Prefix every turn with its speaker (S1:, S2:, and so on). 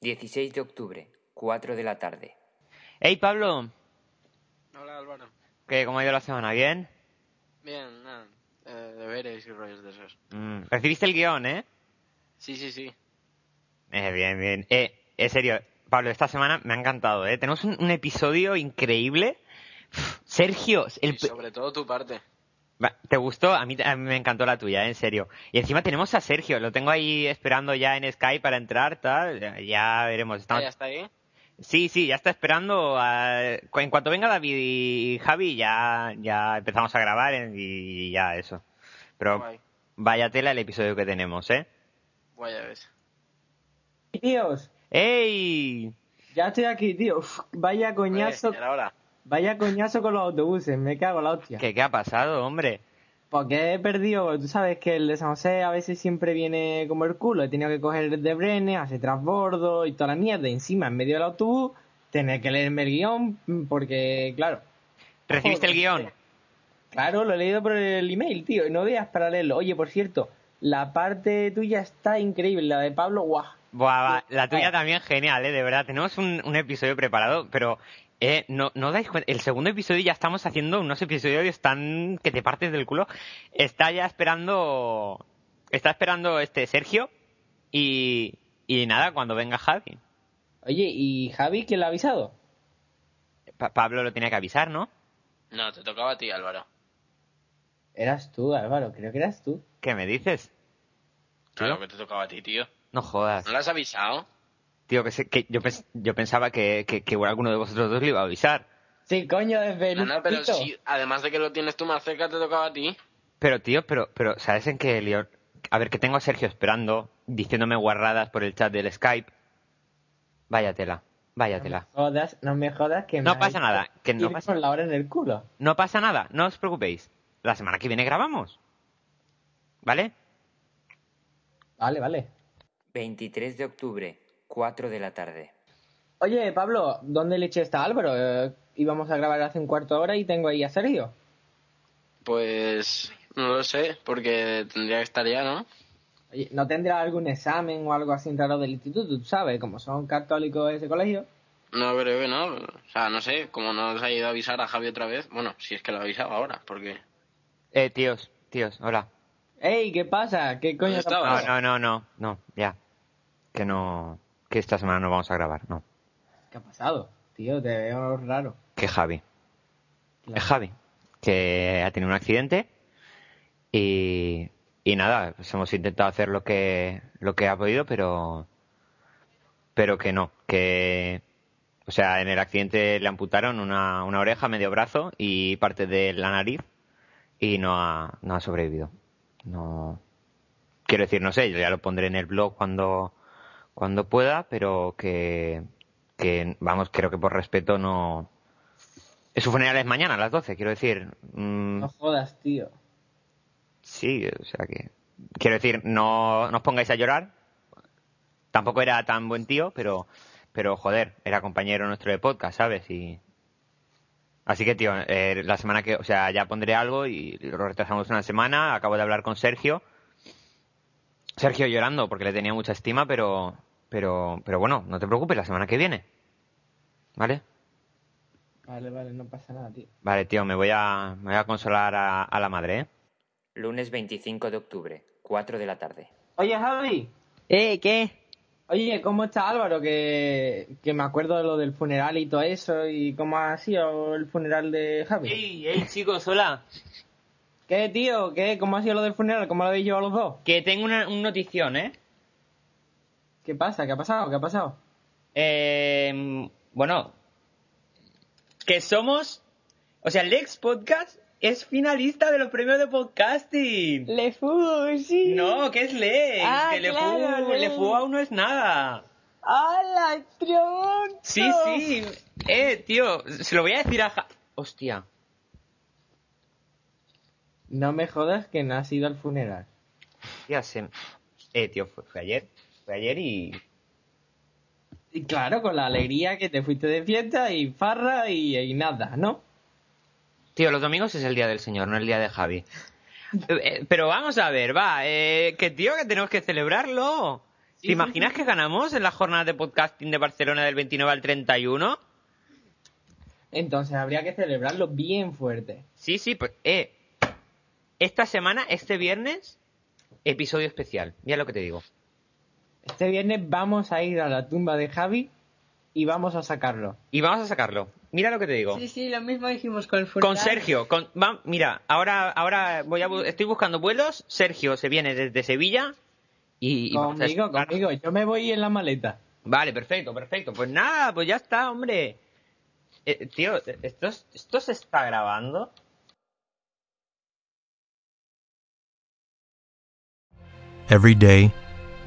S1: 16 de octubre, 4 de la tarde.
S2: Hey Pablo,
S3: Hola Álvaro.
S2: ¿qué, ¿cómo ha ido la semana? ¿Bien?
S3: Bien, nada. Eh, deberes y rollos de esos.
S2: Mm, Recibiste el guión, ¿eh?
S3: Sí, sí, sí.
S2: Eh, bien, bien. Eh, en serio, Pablo, esta semana me ha encantado, ¿eh? Tenemos un, un episodio increíble. Uf, Sergio, el,
S3: Y sobre todo tu parte.
S2: Va, ¿Te gustó? A mí, a mí me encantó la tuya, ¿eh? en serio. Y encima tenemos a Sergio, lo tengo ahí esperando ya en Skype para entrar, tal. Ya veremos.
S3: Ah,
S2: estamos-
S3: ¿Ya está ahí?
S2: Sí, sí, ya está esperando. a- cu- En cuanto venga David y Javi, ya, ya empezamos a grabar en- y ya eso. Pero
S3: Guay.
S2: vaya tela el episodio que tenemos, ¿eh?
S3: Guay, ya ves.
S4: Tíos,
S2: ¡Ey!
S4: ya estoy aquí, tío. Uf, vaya coñazo,
S3: Oye, ya era hora.
S4: vaya coñazo con los autobuses, me cago en la hostia.
S2: ¿Qué, ¿Qué ha pasado, hombre?
S4: Porque he perdido, tú sabes que el de San José a veces siempre viene como el culo. He tenido que coger el de Brenes, hacer trasbordo y toda la mierda. Y Encima, en medio del autobús, tener que leerme el guión, mm, porque, claro,
S2: ¿Recibiste el guión?
S4: claro, lo he leído por el email, tío. y No veas para leerlo. Oye, por cierto, la parte tuya está increíble, la de Pablo, guau.
S2: Buah, va, la tuya
S4: Ah.
S2: también genial, ¿eh? De verdad, tenemos un, un episodio preparado, pero eh, no, no dais cuenta, el segundo episodio ya estamos haciendo unos episodios tan que te partes del culo. Está ya esperando, está esperando este Sergio y, y nada, cuando venga Javi.
S4: Oye, ¿y Javi, quién lo ha avisado?
S2: Pa- Pablo lo tenía que avisar, ¿no?
S3: No, te tocaba a ti, Álvaro.
S4: Eras tú, Álvaro, creo que eras tú.
S2: ¿Qué me dices?
S3: Claro que te tocaba a ti, tío.
S2: No jodas.
S3: ¿No lo has avisado?
S2: Tío, que, se- que yo, pens- yo pensaba que, que, que alguno de vosotros dos le iba a avisar.
S4: Sí, coño, desde el
S3: No, no, pero
S4: pito.
S3: sí, además de que lo tienes tú más cerca, te tocaba a ti.
S2: Pero, tío, pero, pero, ¿sabes en qué lío? A ver, que tengo a Sergio esperando, diciéndome guarradas por el chat del Skype. Vaya tela, vaya tela.
S4: Jodas, no me jodas que me
S2: No
S4: has
S2: pasa
S4: hecho
S2: nada, que no
S4: ir
S2: pasa-
S4: con la hora en el culo.
S2: No pasa nada, no os preocupéis. La semana que viene grabamos. ¿Vale?
S4: Vale, vale.
S1: 23 de octubre, 4 de la tarde.
S4: Oye, Pablo, ¿dónde leche está Álvaro? Eh, íbamos a grabar hace un cuarto de hora y tengo ahí a Sergio.
S3: Pues no lo sé, porque tendría que estar ya, ¿no?
S4: Oye, ¿no tendrá algún examen o algo así raro del instituto? Tú sabes, como son católicos ese colegio.
S3: No creo que no. O sea, no sé, como no os ha ido a avisar a Javi otra vez. Bueno, si es que lo ha avisado ahora, porque...
S2: Eh, tíos, tíos, hola.
S4: ¡Ey, qué pasa! ¿Qué coño
S3: ¿Dónde
S4: está
S3: estabas?
S2: No, no, no, no, no, ya. Que no, que esta semana no vamos a grabar, no.
S4: ¿Qué ha pasado? Tío, te veo raro.
S2: Que Javi.
S4: Claro.
S2: Es Javi, que ha tenido un accidente y, y nada, pues hemos intentado hacer lo que, lo que ha podido, pero, pero que no, que, o sea, en el accidente le amputaron una, una oreja, medio brazo y parte de la nariz y no ha, no ha sobrevivido. No, quiero decir, no sé, yo ya lo pondré en el blog cuando, cuando pueda, pero que, que, vamos, creo que por respeto no, su funeral es mañana, a las 12, quiero decir. mm,
S4: No jodas, tío.
S2: Sí, o sea que. Quiero decir, no, no os pongáis a llorar. Tampoco era tan buen tío, pero, pero joder, era compañero nuestro de podcast, ¿sabes? Y. Así que, tío, eh, la semana que. O sea, ya pondré algo y lo retrasamos una semana. Acabo de hablar con Sergio. Sergio llorando porque le tenía mucha estima, pero. Pero, pero bueno, no te preocupes, la semana que viene. ¿Vale?
S4: Vale, vale, no pasa nada, tío.
S2: Vale, tío, me voy a, me voy a consolar a, a la madre, ¿eh?
S1: Lunes 25 de octubre, 4 de la tarde.
S4: Oye, Javi.
S2: ¿Eh? ¿Qué?
S4: Oye, ¿cómo está Álvaro? Que, que me acuerdo de lo del funeral y todo eso, y cómo ha sido el funeral de Javi.
S2: Ey, ey, chicos, hola.
S4: ¿Qué, tío? ¿Qué? ¿Cómo ha sido lo del funeral? ¿Cómo lo habéis llevado los dos?
S2: Que tengo una un notición, ¿eh?
S4: ¿Qué pasa? ¿Qué ha pasado? ¿Qué ha pasado?
S2: Eh, Bueno, que somos. O sea, Lex Podcast es finalista de los premios de podcasting.
S4: ¡Le fui, sí!
S2: No, que es Lex.
S4: Ah,
S2: que le
S4: claro,
S2: fu- le
S4: Lex.
S2: fu aún no es nada.
S4: ¡Hala, tronco!
S2: Sí, sí. Eh, tío, se lo voy a decir a... Ja- Hostia.
S4: No me jodas que no has ido al funeral.
S5: Tía, se- Eh, tío, fue, fue ayer. Fue ayer y.
S4: Y claro, con la alegría que te fuiste de fiesta y farra y, y nada, ¿no?
S5: Tío, los domingos es el día del señor, no el día de Javi.
S2: Eh, eh, pero vamos a ver, va. Eh, que tío, que tenemos que celebrarlo. ¿Te imaginas que ganamos en las jornadas de podcasting de Barcelona del 29 al 31?
S4: Entonces habría que celebrarlo bien fuerte.
S2: Sí, sí, pues, eh. Esta semana, este viernes, episodio especial. Mira lo que te digo.
S4: Este viernes vamos a ir a la tumba de Javi y vamos a sacarlo.
S2: Y vamos a sacarlo. Mira lo que te digo.
S6: Sí, sí, lo mismo dijimos con el funeral.
S2: Con Sergio, con, va- mira, ahora, ahora voy a, bu- estoy buscando vuelos. Sergio se viene desde Sevilla y, pues, y vamos a
S4: conmigo,
S2: estar-
S4: conmigo. Yo me voy en la maleta.
S2: Vale, perfecto, perfecto. Pues nada, pues ya está, hombre. Eh, tío, ¿esto, es- ¿esto se está grabando?
S7: Every day,